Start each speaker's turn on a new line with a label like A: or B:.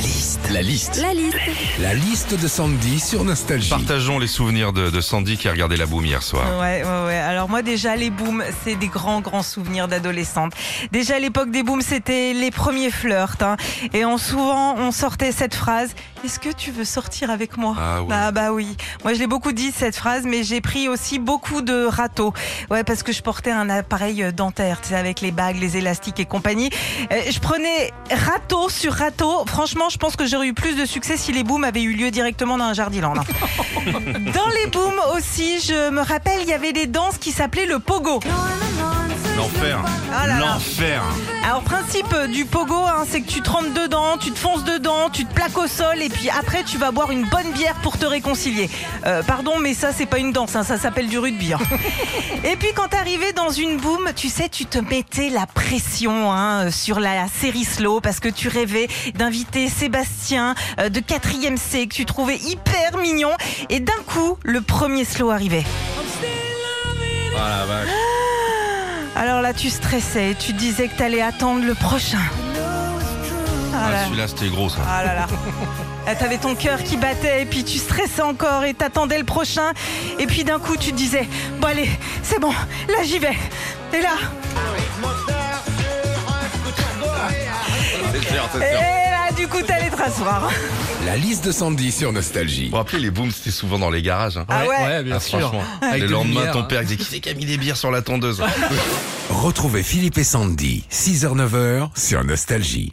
A: liste. La liste.
B: Ah. La liste.
A: La liste de Sandy sur Nostalgie.
C: Partageons les souvenirs de, de Sandy qui a regardé la boum hier soir.
D: Ouais, ouais, ouais. Alors moi déjà les booms, c'est des grands grands souvenirs d'adolescente. Déjà à l'époque des booms, c'était les premiers flirts. hein. Et on souvent on sortait cette phrase Est-ce que tu veux sortir avec moi
C: Ah ouais.
D: Bah bah oui. Moi je l'ai beaucoup dit cette phrase, mais j'ai pris aussi beaucoup de râteaux. Ouais, parce que je portais un appareil euh, dentaire, tu sais, avec les bagues, les élastiques et compagnie. Euh, je prenais râteau sur râteau. Franchement, je pense que j'aurais eu plus de succès si les booms avaient eu lieu directement dans un jardiland. hein. Dans les booms aussi, je me rappelle, il y avait des danses qui s'appelaient le pogo.
C: L'enfer.
D: Ah là là.
C: L'enfer.
D: Alors, principe euh, du pogo, hein, c'est que tu trempes dedans, tu te fonces dedans, tu te plaques au sol et puis après, tu vas boire une bonne bière pour te réconcilier. Euh, pardon, mais ça, c'est pas une danse, hein, ça s'appelle du rugby. hein. et puis, quand t'arrivais dans une boom, tu sais, tu te mettais la pression hein, euh, sur la série slow parce que tu rêvais d'inviter Sébastien euh, de 4ème C que tu trouvais hyper mignon. Et d'un coup, le premier slow arrivait.
C: Ah la vache.
D: Alors là, tu stressais, tu disais que t'allais attendre le prochain. Ah
C: Ah,
D: là
C: Celui-là, c'était gros, ça.
D: ah là là. Là, T'avais ton cœur qui battait et puis tu stressais encore et t'attendais le prochain. Et puis d'un coup, tu te disais Bon, allez, c'est bon, là j'y vais. Et là,
C: C'est clair, c'est
D: et
C: clair.
D: là, du coup, t'allais te rasseoir.
A: La liste de Sandy sur Nostalgie.
C: Vous vous rappelez, les booms, c'était souvent dans les garages. hein.
D: Ah ouais.
C: Ah,
E: bien sûr.
C: franchement.
E: Avec
C: le
E: des
C: lendemain,
E: lumières,
C: ton
E: hein.
C: père disait Qui c'est qui a mis des bières sur la tondeuse
A: Retrouvez Philippe et Sandy, 6h-9h sur Nostalgie.